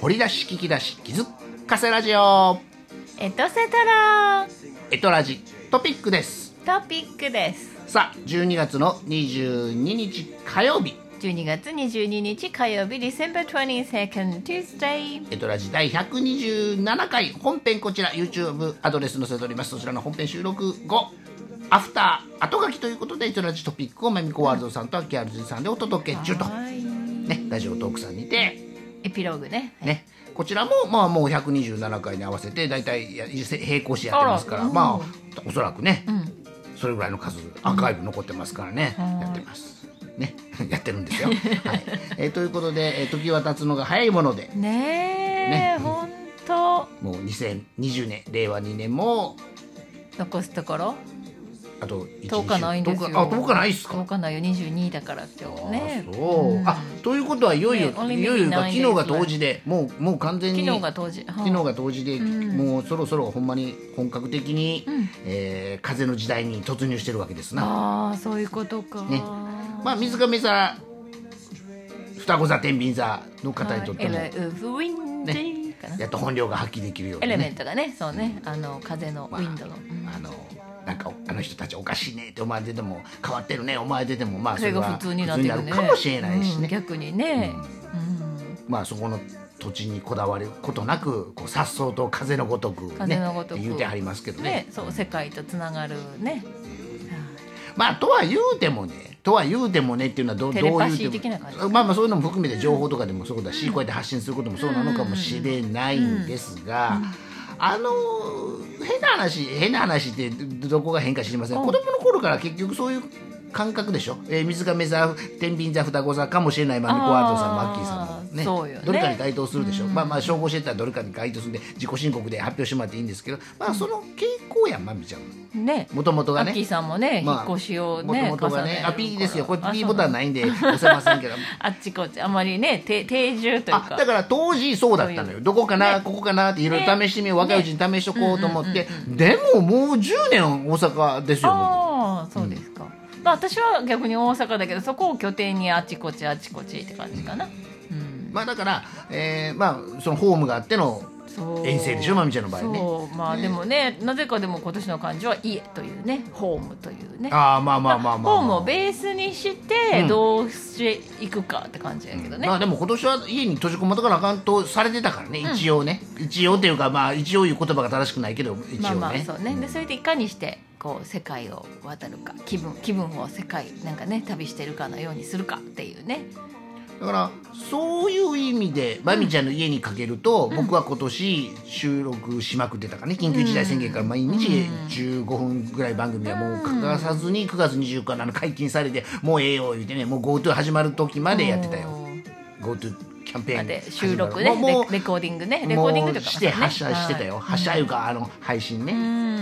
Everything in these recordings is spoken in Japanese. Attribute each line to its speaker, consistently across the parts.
Speaker 1: 掘り出し聞き出し気づかせラジオ
Speaker 2: エトセトラ
Speaker 1: エトラジトピックです
Speaker 2: トピックです
Speaker 1: さあ12月の22日火曜日
Speaker 2: 12月22日火曜日 December 22nd Tuesday
Speaker 1: エトラジ第127回本編こちら YouTube アドレス載せておりますそちらの本編収録後アフター後書きということでエトラジトピックをまみこワールドさんと秋春さんでお届け中と、
Speaker 2: はい
Speaker 1: ね、ラジオトークさんにて
Speaker 2: エピローグね
Speaker 1: ね、こちらも、まあ、もう127回に合わせて大体や並行してやってますから
Speaker 2: あらうん
Speaker 1: まあおそらくね、
Speaker 2: ん
Speaker 1: それぐらいの数アーカイブ残ってますからね、
Speaker 2: はい
Speaker 1: やってます。ね、 やってるんですよ。はいえーということで、えー時は経つのが早いもので
Speaker 2: ね
Speaker 1: ね
Speaker 2: え本当
Speaker 1: もう2020年令和2年も
Speaker 2: 残すところ
Speaker 1: あと1
Speaker 2: 10日ないんですよ
Speaker 1: 10日あ10日ないっすか
Speaker 2: 10日ないよ22だから今日ね
Speaker 1: あそう、
Speaker 2: うん
Speaker 1: あということはいよいよ、
Speaker 2: ねオリン
Speaker 1: い
Speaker 2: ピッ
Speaker 1: よ
Speaker 2: ク
Speaker 1: いよが
Speaker 2: な
Speaker 1: 昨
Speaker 2: い
Speaker 1: 日が当時で
Speaker 2: です
Speaker 1: もうもう完全に
Speaker 2: 昨日が当時昨
Speaker 1: 昨日が同時で、
Speaker 2: うん
Speaker 1: もうそろそろほんまに本格的に、
Speaker 2: うん
Speaker 1: えー風の時代に突入してるわけですな。
Speaker 2: ああそういうことか
Speaker 1: ねまあ水亀座双子座天秤座の方にとっても、
Speaker 2: はいエレウィンディーかな
Speaker 1: やっと本領が発揮できるよう
Speaker 2: エ
Speaker 1: に
Speaker 2: レメン
Speaker 1: ね。
Speaker 2: トがねそうねあの風のウ
Speaker 1: まあ
Speaker 2: ィンドの、うん
Speaker 1: あのなんかあの人たちおかしいねって思われてても変わってるね思われててもまあ
Speaker 2: そ
Speaker 1: それ
Speaker 2: れが
Speaker 1: は
Speaker 2: 普通になってるね
Speaker 1: かもしれないし
Speaker 2: うん
Speaker 1: ね、
Speaker 2: 逆にね、うん
Speaker 1: まあそこの土地にこだわることなくこう颯爽と風のごとく,、ね、
Speaker 2: 風のごとく
Speaker 1: 言うてありますけど
Speaker 2: ねそう世界とつながるね、
Speaker 1: まあとは言うてもねとは言うてもねっていうのはどう
Speaker 2: テレ
Speaker 1: どう
Speaker 2: パ
Speaker 1: いう
Speaker 2: シー
Speaker 1: ても
Speaker 2: 的な感じ
Speaker 1: まあまあそういうのも含めて情報とかでもそうだし、こうやって発信することもそうなのかもしれないんですが、あのー変な話変な話ってどどこが変化知りません
Speaker 2: うん
Speaker 1: 子供の頃から結局そういう感覚でしょ、えー、水亀座天秤座双子座かもしれないマミコワールドさんマッキーさんもね
Speaker 2: あーそうよね
Speaker 1: どれかに該当するでしょ、まあまあ照合してたらどれかに該当するんで自己申告で発表してもらっていいんですけどまあその傾向やんまみちゃん
Speaker 2: ね
Speaker 1: もともと
Speaker 2: ア
Speaker 1: がね
Speaker 2: ッキーさんもね、
Speaker 1: まあ
Speaker 2: 引っ越しを
Speaker 1: もと
Speaker 2: ね
Speaker 1: もとが
Speaker 2: 重ね
Speaker 1: ね
Speaker 2: る、
Speaker 1: あ、P ですよ。これ
Speaker 2: あ
Speaker 1: P ボタン
Speaker 2: そう
Speaker 1: ないんで押せませんけど。
Speaker 2: あっちこっちあまりね定定住という
Speaker 1: あ
Speaker 2: か
Speaker 1: だから当時そうだったのよどこかな、ここかなっていろいろ試してみよう、若いうちに試しとこうと思って、でももう10年大阪ですよ
Speaker 2: ああそうですか、まあ私は逆に大阪だけどそこを拠点にあっちこっちあっちこっちって感じかな、うん
Speaker 1: まあだから、えーまあそのホームがあっての
Speaker 2: そう
Speaker 1: 遠征でしょまみちゃんの場合ね
Speaker 2: そうまあでもねなぜかでも今年の漢字は家というねホームというね
Speaker 1: ああまあまあまあまあ、
Speaker 2: ホームをベースにして
Speaker 1: うん
Speaker 2: どうしていくかって感じやけどね、
Speaker 1: まあでも今年は家に閉じこもったからあかんとされてたからね、一応ね一応っていうかまあ一応いう言葉が正しくないけど一応ね、
Speaker 2: まあまあそうね、でそれでいかにしてこう世界を渡るか気分気分を世界なんかね旅してるかのようにするかっていうね
Speaker 1: だからそういう意味でまみちゃんの家にかけると、僕は今年収録しまくってたからね緊急事態宣言から毎日15分ぐらい番組はもう欠かさずに9月24日の解禁されてもうええよ言うてねもう GoTo 始まる時までやってたよ GoTo キャンペーン
Speaker 2: で
Speaker 1: 始ま
Speaker 2: 収
Speaker 1: る
Speaker 2: 録ね
Speaker 1: もうも
Speaker 2: レレコーディングねレコーディング
Speaker 1: も
Speaker 2: とか
Speaker 1: う
Speaker 2: も
Speaker 1: して発
Speaker 2: ね
Speaker 1: 射してたよ、
Speaker 2: はい
Speaker 1: 発射いうかあの配信ね、
Speaker 2: うん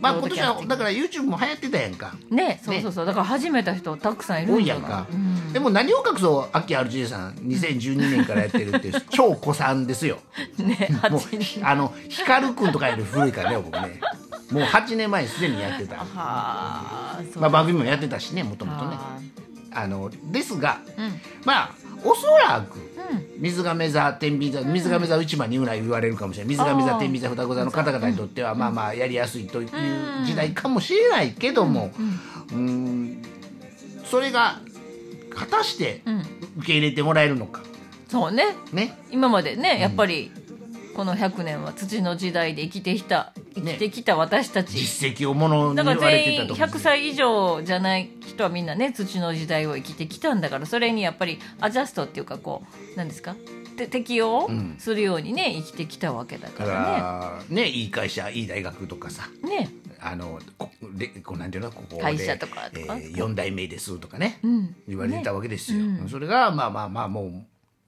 Speaker 1: まあ今年はだからら YouTube も流行ってたやんか
Speaker 2: ねそうそうそうだから始めた人たくさんいる
Speaker 1: 多
Speaker 2: ん
Speaker 1: い
Speaker 2: じ
Speaker 1: や
Speaker 2: ゃ
Speaker 1: ん
Speaker 2: な
Speaker 1: か
Speaker 2: い、うん
Speaker 1: でも何を隠そう秋 RJ さん2012年からやってるって いう超子さんですよ
Speaker 2: ね
Speaker 1: もう
Speaker 2: 8人
Speaker 1: あの光くんとかより古いからね僕ねもう8年前すでにやってた、
Speaker 2: はあそう
Speaker 1: まあ、番組もやってたしねもともとね
Speaker 2: あ
Speaker 1: あのですが
Speaker 2: ーうん
Speaker 1: まあおそらく
Speaker 2: う
Speaker 1: 水亀座天秤座水亀座内間にぐらい言われるかもしれない水亀座天秤座双子座の方々にとってはまあまあやりやすいという時代かもしれないけどもうーんそれが果たして
Speaker 2: んうん
Speaker 1: 受け入れてもらえるのか
Speaker 2: そうね
Speaker 1: ね
Speaker 2: 今までねやっぱりこの100年は土の時代で生きてきた生きてきた私たち、
Speaker 1: 実績をものに
Speaker 2: だか
Speaker 1: 言わ
Speaker 2: ら
Speaker 1: れて
Speaker 2: 全
Speaker 1: たと
Speaker 2: 員
Speaker 1: 思うんで
Speaker 2: 100
Speaker 1: すよ
Speaker 2: 歳以上じゃない人はみんなね土の時代を生きてきたんだからそれにやっぱりアジャストっていうかこう何ですかて適応
Speaker 1: うん
Speaker 2: するようにね生きてきたわけだか
Speaker 1: だ
Speaker 2: ら
Speaker 1: からねいい会社いい大学とかさ
Speaker 2: ねね
Speaker 1: あのこでこうなんていうのここで
Speaker 2: 会社とかとか
Speaker 1: えー、4代目ですとかね、
Speaker 2: うん
Speaker 1: 言われてたわけですよ、
Speaker 2: ねうん
Speaker 1: それがまあまあまあもう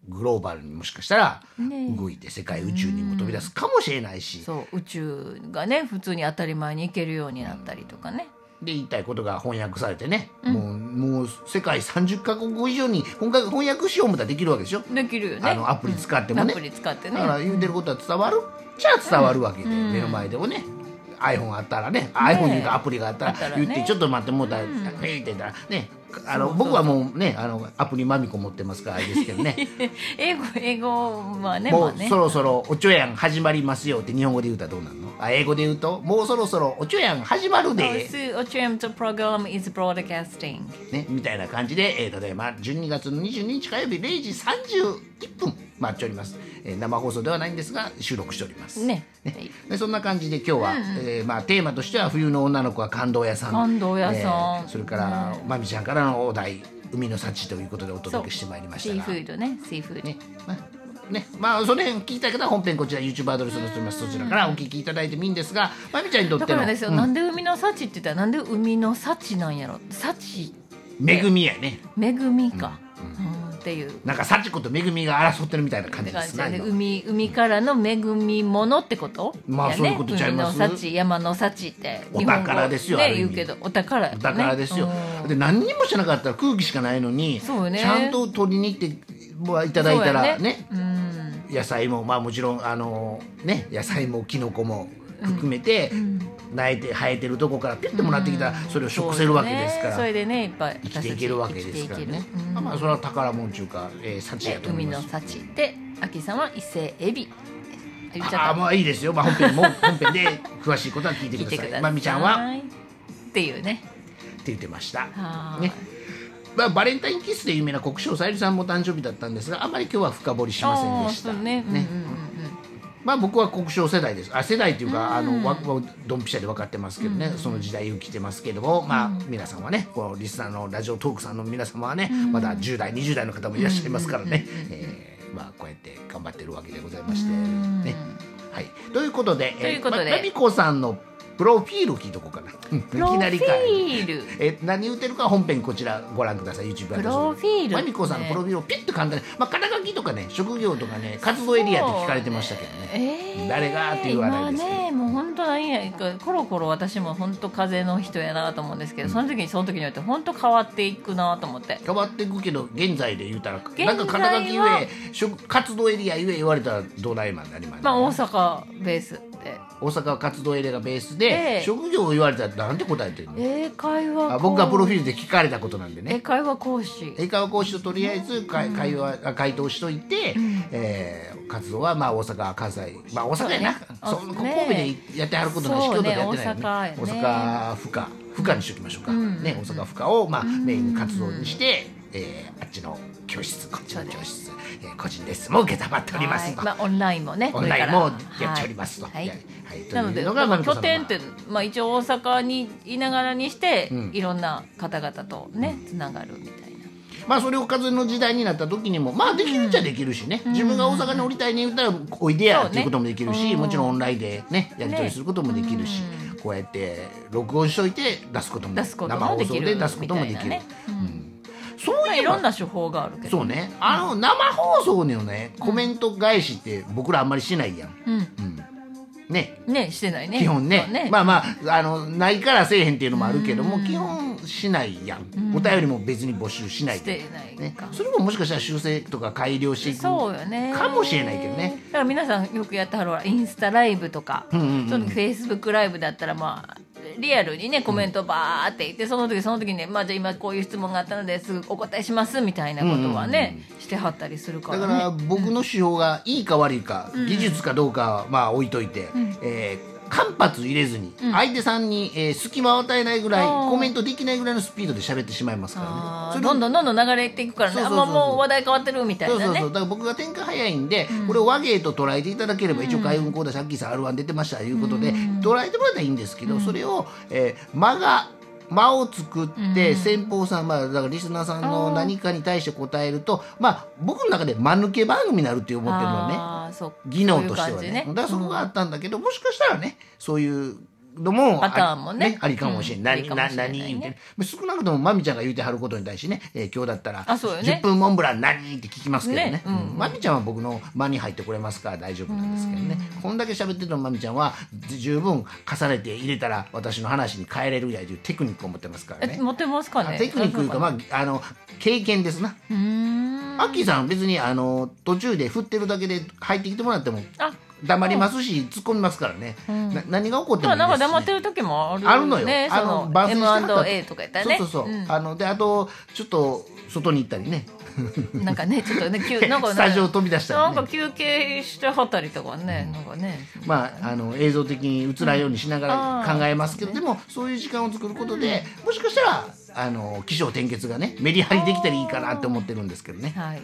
Speaker 1: グローバルにもしかしたら
Speaker 2: ね
Speaker 1: 動いて世界宇宙にも飛び出すかもしれないし、
Speaker 2: そう宇宙がね普通に当たり前に行けるようになったりとかね、
Speaker 1: で言いたいことが翻訳されてね、もうもう世界30か国以上に今回翻訳しようもたらできるわけでしょ、
Speaker 2: できるよね
Speaker 1: あのアプリ使っても
Speaker 2: ア
Speaker 1: ね、
Speaker 2: プリ使ってね
Speaker 1: だから言うてることは伝わるじゃあ伝わるわけで、目の前でもね iPhone あったらね iPhone いうかアプリがあった
Speaker 2: あった
Speaker 1: ら
Speaker 2: らね
Speaker 1: 言ってちょっと待ってもうたら「
Speaker 2: うん
Speaker 1: えい」って言ったらねあ
Speaker 2: そうそうそ
Speaker 1: の
Speaker 2: う
Speaker 1: 僕はもうねあのアプリマミコ持ってますからあれですけ どね
Speaker 2: 英語英語はね
Speaker 1: も
Speaker 2: まあ
Speaker 1: う
Speaker 2: ね
Speaker 1: そろそろ「おちょやん始まりますよ」って日本語で言うたらどうなんのあ英語で言うと「もうそろそろおちょやん始まるで」
Speaker 2: This OCMT program is broadcasting
Speaker 1: ね、みたいな感じで、えー、例えば12月の22日火曜日0時31分待っております、えー生放送ではないんですが収録しております
Speaker 2: ね
Speaker 1: でそんな感じで今日は、えーまあ、テーマとしては冬の女の子は感動屋さん
Speaker 2: 感動屋さん
Speaker 1: それから、まみちゃんからのお題海の幸ということでお届けしてまいりまし
Speaker 2: シ
Speaker 1: た
Speaker 2: ー
Speaker 1: が
Speaker 2: フードねシーフード
Speaker 1: ねまあねまあ、その辺聞いた方は本編こちら YouTube アドレス載せておりますそちらからお聞きいただいてもいいんですがまみちゃんにとって
Speaker 2: だ
Speaker 1: の
Speaker 2: からですよ、
Speaker 1: うん
Speaker 2: なんで海の幸って言ったらなんで海の幸なんやろ幸
Speaker 1: 恵みやね
Speaker 2: 恵みか、うんっていう
Speaker 1: なんか幸子と恵みが争ってるみたいな感じで
Speaker 2: 感
Speaker 1: す
Speaker 2: じで、
Speaker 1: な今
Speaker 2: 海海からの恵み物ってこと、
Speaker 1: まあ
Speaker 2: やね
Speaker 1: そういうことちゃいます
Speaker 2: 海の幸山の幸って
Speaker 1: お
Speaker 2: 日本語
Speaker 1: 宝ですよある
Speaker 2: ね
Speaker 1: 意
Speaker 2: 言
Speaker 1: 味
Speaker 2: うけどお宝、ね、
Speaker 1: だからですよ、
Speaker 2: うん
Speaker 1: で何にもしなかったら空気しかないのに、
Speaker 2: そうよね
Speaker 1: ちゃんと取りに行ってもらいただいた
Speaker 2: そう
Speaker 1: ら
Speaker 2: や
Speaker 1: ね
Speaker 2: うん
Speaker 1: 野菜もまあもちろんあのね野菜もキノコも含めて、苗て生えてるとこからピュッてもらってきたら、それを食せるわけですから、
Speaker 2: そうよねそれでねいっぱい
Speaker 1: 生きていけるわけですからね、まあまあそれは宝物中か、えー、幸や
Speaker 2: で
Speaker 1: と思い
Speaker 2: 海
Speaker 1: ま
Speaker 2: の
Speaker 1: す
Speaker 2: 幸で秋さんは伊勢エビ言っち
Speaker 1: あ
Speaker 2: ゃっ
Speaker 1: あ
Speaker 2: た
Speaker 1: まあいいですよ、まあ、本編も 本編で詳しいことは聞いて
Speaker 2: 聞い
Speaker 1: く
Speaker 2: て
Speaker 1: ださ
Speaker 2: くだ
Speaker 1: い
Speaker 2: さい
Speaker 1: まみちゃんはっ
Speaker 2: っていうね
Speaker 1: て言ってました
Speaker 2: はーい
Speaker 1: ねまあ、バレンタインキスで有名な国生さゆりさんも誕生日だったんですがあまり今日は深掘りしませんでした
Speaker 2: あーそうねうんうんうん
Speaker 1: まあ、僕は国生世代ですあ世代というか、あのわわドンピシャで分かってますけどね、その時代を来てますけども、まあ、皆さんはねこのリスナーのラジオトークさんの皆様はね、まだ10代20代の方もいらっしゃいますからね、えーまあ、こうやって頑張ってるわけでございまして、ねはい、ということで
Speaker 2: ということで
Speaker 1: えーままみこさんのプロフィール聞いとこうかな
Speaker 2: プ
Speaker 1: い
Speaker 2: ロ
Speaker 1: き
Speaker 2: フ
Speaker 1: なりかい
Speaker 2: ィール
Speaker 1: え何言ってるか本編こちらご覧ください YouTube
Speaker 2: プロフィール
Speaker 1: まみこさんのプロフィールをピッと簡単に、まあ、肩書きとかね職業とかね活動エリアって聞かれてましたけどね
Speaker 2: えー
Speaker 1: 誰がって言わないですけど
Speaker 2: 今ねもう本当なんやかコロコロ私も本当風邪の人やなと思うんですけど、その時にその時によって本当変わっていくなと思って
Speaker 1: 変わっていくけど現在で言うたら
Speaker 2: 在
Speaker 1: な
Speaker 2: は
Speaker 1: んか肩書きゆえ職活動エリアゆえ言われたらどないまんなりまんね
Speaker 2: まあ大阪ベースって
Speaker 1: 大阪は活動エリアがベース
Speaker 2: え
Speaker 1: で、
Speaker 2: え
Speaker 1: 職業を言われたらなんて答えてるの
Speaker 2: 英会話
Speaker 1: あ僕がプロフ
Speaker 2: ィ
Speaker 1: ィールで聞かれたことなんで
Speaker 2: 英
Speaker 1: ね
Speaker 2: 会話講師
Speaker 1: 英会話講師ととりあえず会会話あ回答しといて、えー活動はまあ大阪関西まあ大阪やな
Speaker 2: そうね
Speaker 1: そう、
Speaker 2: あ
Speaker 1: 神戸でやってはることないし、
Speaker 2: そ
Speaker 1: 京
Speaker 2: う
Speaker 1: 都
Speaker 2: ね
Speaker 1: でやってないよね
Speaker 2: 大阪やね
Speaker 1: 大阪府下府下にしときましょうか、ね大阪府下をまあメインに活動にして、えーあっちの教室こっちの教室、えー個人レッスンも受けたまっております
Speaker 2: はい
Speaker 1: と、
Speaker 2: まあ、オンラインもね
Speaker 1: オンラインもやっておりますと、
Speaker 2: は
Speaker 1: はい
Speaker 2: い、
Speaker 1: は
Speaker 2: はいい
Speaker 1: と
Speaker 2: なの
Speaker 1: い
Speaker 2: で
Speaker 1: うのがまみこ
Speaker 2: 拠
Speaker 1: さんの
Speaker 2: 点って、まあ、一応大阪にいながらにして、
Speaker 1: ん
Speaker 2: いろんな方々とねつながるみたいな
Speaker 1: まあそれを風の時代になった時にもまあできるっちゃできるしね、自分が大阪に降りたいに言ったらおいで
Speaker 2: そ
Speaker 1: や
Speaker 2: うね
Speaker 1: っていうこともできるし、
Speaker 2: うん
Speaker 1: もちろんオンラインでねやり取り
Speaker 2: ね
Speaker 1: することもできるし、こうやって録音しといて出すことも
Speaker 2: 出すこと
Speaker 1: 生
Speaker 2: も
Speaker 1: 放
Speaker 2: でき
Speaker 1: 送
Speaker 2: る
Speaker 1: で出すこともで
Speaker 2: み
Speaker 1: き
Speaker 2: た
Speaker 1: る、
Speaker 2: いなね
Speaker 1: そう
Speaker 2: まあ、
Speaker 1: いえ
Speaker 2: い
Speaker 1: ば
Speaker 2: ろんな手法があるけど
Speaker 1: そうねあの生放送のねコメント返しって僕らあんまりしないやん、うん、ね
Speaker 2: ねしてないね
Speaker 1: 基本ね
Speaker 2: そうね
Speaker 1: まあまああのないからせえへんっていうのもあるけども基本しないやん、お便りも別に募集しない
Speaker 2: してない
Speaker 1: ね
Speaker 2: か、
Speaker 1: それももしかしたら修正とか改良していく
Speaker 2: そうよね
Speaker 1: かもしれないけどね
Speaker 2: だから皆さんよくやってはるわインスタライブとか、
Speaker 1: んうんうん
Speaker 2: そのフェイスブックライブだったらまあリアルにねコメントバーって言って、その時その時に、まあ、じゃあ今こういう質問があったのですぐお答えしますみたいなことはね、してはったりするから、
Speaker 1: だ
Speaker 2: ね、
Speaker 1: から僕の手法がいいか悪いか、技術かどうかはまあ置いといて、えー間髪入れずに相手さんに、えー隙間を与えないぐらい
Speaker 2: あー
Speaker 1: コメントできないぐらいのスピードで喋ってしまいますから
Speaker 2: あ
Speaker 1: ね
Speaker 2: ー
Speaker 1: それ
Speaker 2: どんどんどんどん流れていくからね
Speaker 1: そう
Speaker 2: あ
Speaker 1: そ
Speaker 2: ん
Speaker 1: うそう
Speaker 2: ま
Speaker 1: そう
Speaker 2: もう話題変わってるみたい
Speaker 1: そう
Speaker 2: な
Speaker 1: そう
Speaker 2: ね
Speaker 1: そうだから僕が展開早いんで、これを和芸と捉えていただければ一応開運講座さっきさ R1 出てましたということで、捉えてもらったらいいんですけど、それを、えー間が間を作って先方さん、まあ、だからリスナーさんの何かに対して答えるとまあ僕の中で間抜け番組になるって思ってるのね。
Speaker 2: あーそう
Speaker 1: 技能としては
Speaker 2: そうい
Speaker 1: ね
Speaker 2: う感
Speaker 1: だか
Speaker 2: じ
Speaker 1: らそこがあったんだけど、もしかしたらねそういうのも
Speaker 2: パターンもね
Speaker 1: ありかもしれない、
Speaker 2: う
Speaker 1: 何
Speaker 2: ん
Speaker 1: な
Speaker 2: ありかもしれないね
Speaker 1: 何言うてね少なくともまみちゃんが言うてはることに対してね、えー今日だったら
Speaker 2: あそうよね
Speaker 1: 10分モンブラン何?」って聞きますけどね
Speaker 2: ね
Speaker 1: う
Speaker 2: うん
Speaker 1: まみちゃんは僕の間に入ってこれますから大丈夫なんですけどねこんだけ喋っててもまみちゃんは十分重ねて入れたら私の話に変えれるやいうテクニックを持ってますから
Speaker 2: え
Speaker 1: ね。
Speaker 2: 持ってますかね
Speaker 1: テクニックというか、まあ、あの経験ですな。
Speaker 2: うーん
Speaker 1: アッキーさん別にあの途中で振ってるだけで入ってきてもらっても
Speaker 2: あ
Speaker 1: 黙りますし、突っ込みますからね、な何が起こって
Speaker 2: ま
Speaker 1: もい
Speaker 2: あ
Speaker 1: い
Speaker 2: なん
Speaker 1: ですし
Speaker 2: か
Speaker 1: ね
Speaker 2: 黙ってる時もある
Speaker 1: あるのよ。
Speaker 2: ね、
Speaker 1: あ
Speaker 2: その
Speaker 1: 番宣してはった
Speaker 2: M&A とかやったらね
Speaker 1: そうそうそう。
Speaker 2: ん
Speaker 1: あのであとちょっと外に行ったりね。
Speaker 2: なんかねちょっと ね急なんかね
Speaker 1: スタジオ飛び出した
Speaker 2: な
Speaker 1: り
Speaker 2: ん
Speaker 1: ね
Speaker 2: か。休憩してはったりとかねなんかね
Speaker 1: まあ、あの映像的に映らんようにしなが
Speaker 2: うんあ
Speaker 1: ら
Speaker 2: ー
Speaker 1: 考えますけど、でもそういう時間を作ることで、もしかしたらあの起承転結がねメリハリできたらいいかなって思ってるんですけどね。
Speaker 2: はい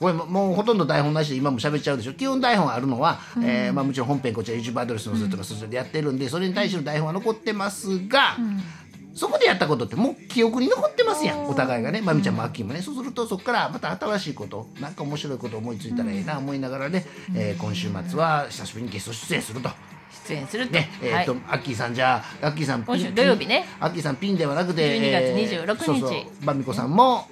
Speaker 1: これももうほとんど台本なしで今も喋っちゃうでしょ基本台本あるのは、えーまあ、もちろん本編こちら YouTube アドレスのせとかそちらでやってるんでそれに対しての台本は残ってますが、そこでやったことってもう記憶に残ってますやんお互いがねまみちゃんもあっきーもねそうするとそこからまた新しいことなんか面白いこと思いついたらええな思いながらね、えー今週末は久しぶりにゲスト出演すると。
Speaker 2: 出演すると、
Speaker 1: ねえーと
Speaker 2: はい、
Speaker 1: アッキーさんじゃあアッキーさんピン
Speaker 2: 今週土曜日ね
Speaker 1: アッキーさんピンではなくて
Speaker 2: 12月26日
Speaker 1: そうそうバミコさんも、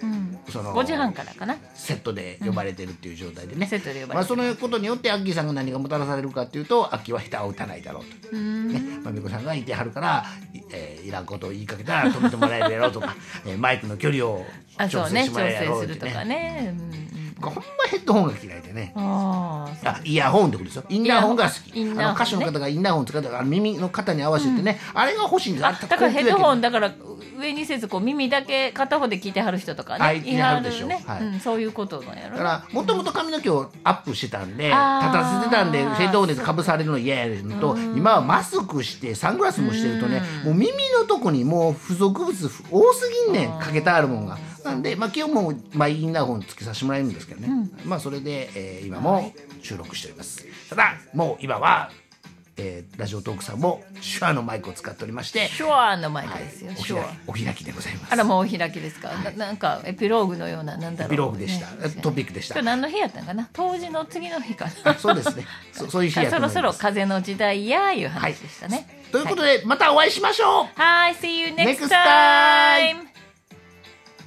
Speaker 1: その
Speaker 2: 5時半からかな
Speaker 1: セットで呼ばれてるっていう状態でね、
Speaker 2: セットで呼ばれてる
Speaker 1: まあ、そのことによってアッキーさんが何がもたらされるかっていうとアッキーは下手を打たないだろうとねまみこさんがいてはるからい,、えーいらんことを言いかけたら止めてもらえるやろうと か、えーマイクの距離を
Speaker 2: あ
Speaker 1: 調
Speaker 2: そう
Speaker 1: 整し
Speaker 2: ね
Speaker 1: ても
Speaker 2: 調
Speaker 1: らえるやろう
Speaker 2: 整す
Speaker 1: っ
Speaker 2: る
Speaker 1: て
Speaker 2: と
Speaker 1: ね
Speaker 2: かね、うん
Speaker 1: 僕ほんまヘッドホンが嫌いでね
Speaker 2: ああ
Speaker 1: あイヤホンってことですよインナーホンが好き
Speaker 2: インナーホンね
Speaker 1: あの歌手の方がインナーホン使ってあの耳の肩に合わせてね、あれが欲しいんですあれ
Speaker 2: だからヘッ
Speaker 1: 高級
Speaker 2: ドホ
Speaker 1: やけど
Speaker 2: ンだから上にせずこう耳だけ片方で聞いてはる人とかね、
Speaker 1: はいいはるでしょ
Speaker 2: ね、
Speaker 1: はい
Speaker 2: うん、そういうことなんやろ
Speaker 1: だからもともと髪の毛をアップしてたんで立
Speaker 2: あー
Speaker 1: たせてたんでヘッドホンでかぶされるの嫌やるのと今はマスクしてサングラスもしてるとねもう耳のとこにもう付属物多すぎんねんかけたあるもんがなんで、まあ、今日もまあインナーホンつけさせてもらえるんですけどね、まあそれで、えー今も収録しておりますただもう今は、えーラジオトークさんも手話のマイクを使っておりまして
Speaker 2: ショアのマイクですよ、
Speaker 1: お
Speaker 2: ショ
Speaker 1: 開
Speaker 2: ア
Speaker 1: きお開きでございます
Speaker 2: あらもうお開きですか、ななんかエピローグのようななんだろう
Speaker 1: エピローグでしたトピックでした
Speaker 2: 今日何の日やったんかな当時の次の日か
Speaker 1: あ
Speaker 2: な
Speaker 1: そうですねそそういう日やと
Speaker 2: そ
Speaker 1: 思い
Speaker 2: ろ
Speaker 1: ます
Speaker 2: そろ風の時代やいう話でしたね、
Speaker 1: ということで、またお会いしましょう
Speaker 2: はい See you next
Speaker 1: Next time.
Speaker 2: time.